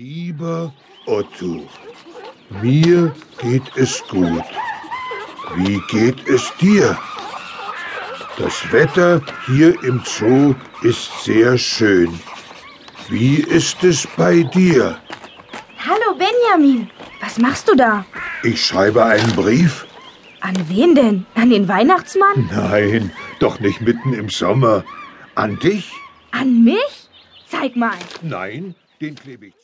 Lieber Otto, mir geht es gut. Wie geht es dir? Das Wetter hier im Zoo ist sehr schön. Wie ist es bei dir? Hallo Benjamin, was machst du da? Ich schreibe einen Brief? An wen denn? An den Weihnachtsmann? Nein, doch nicht mitten im Sommer. An dich? An mich? Zeig mal. Nein, den klebe ich.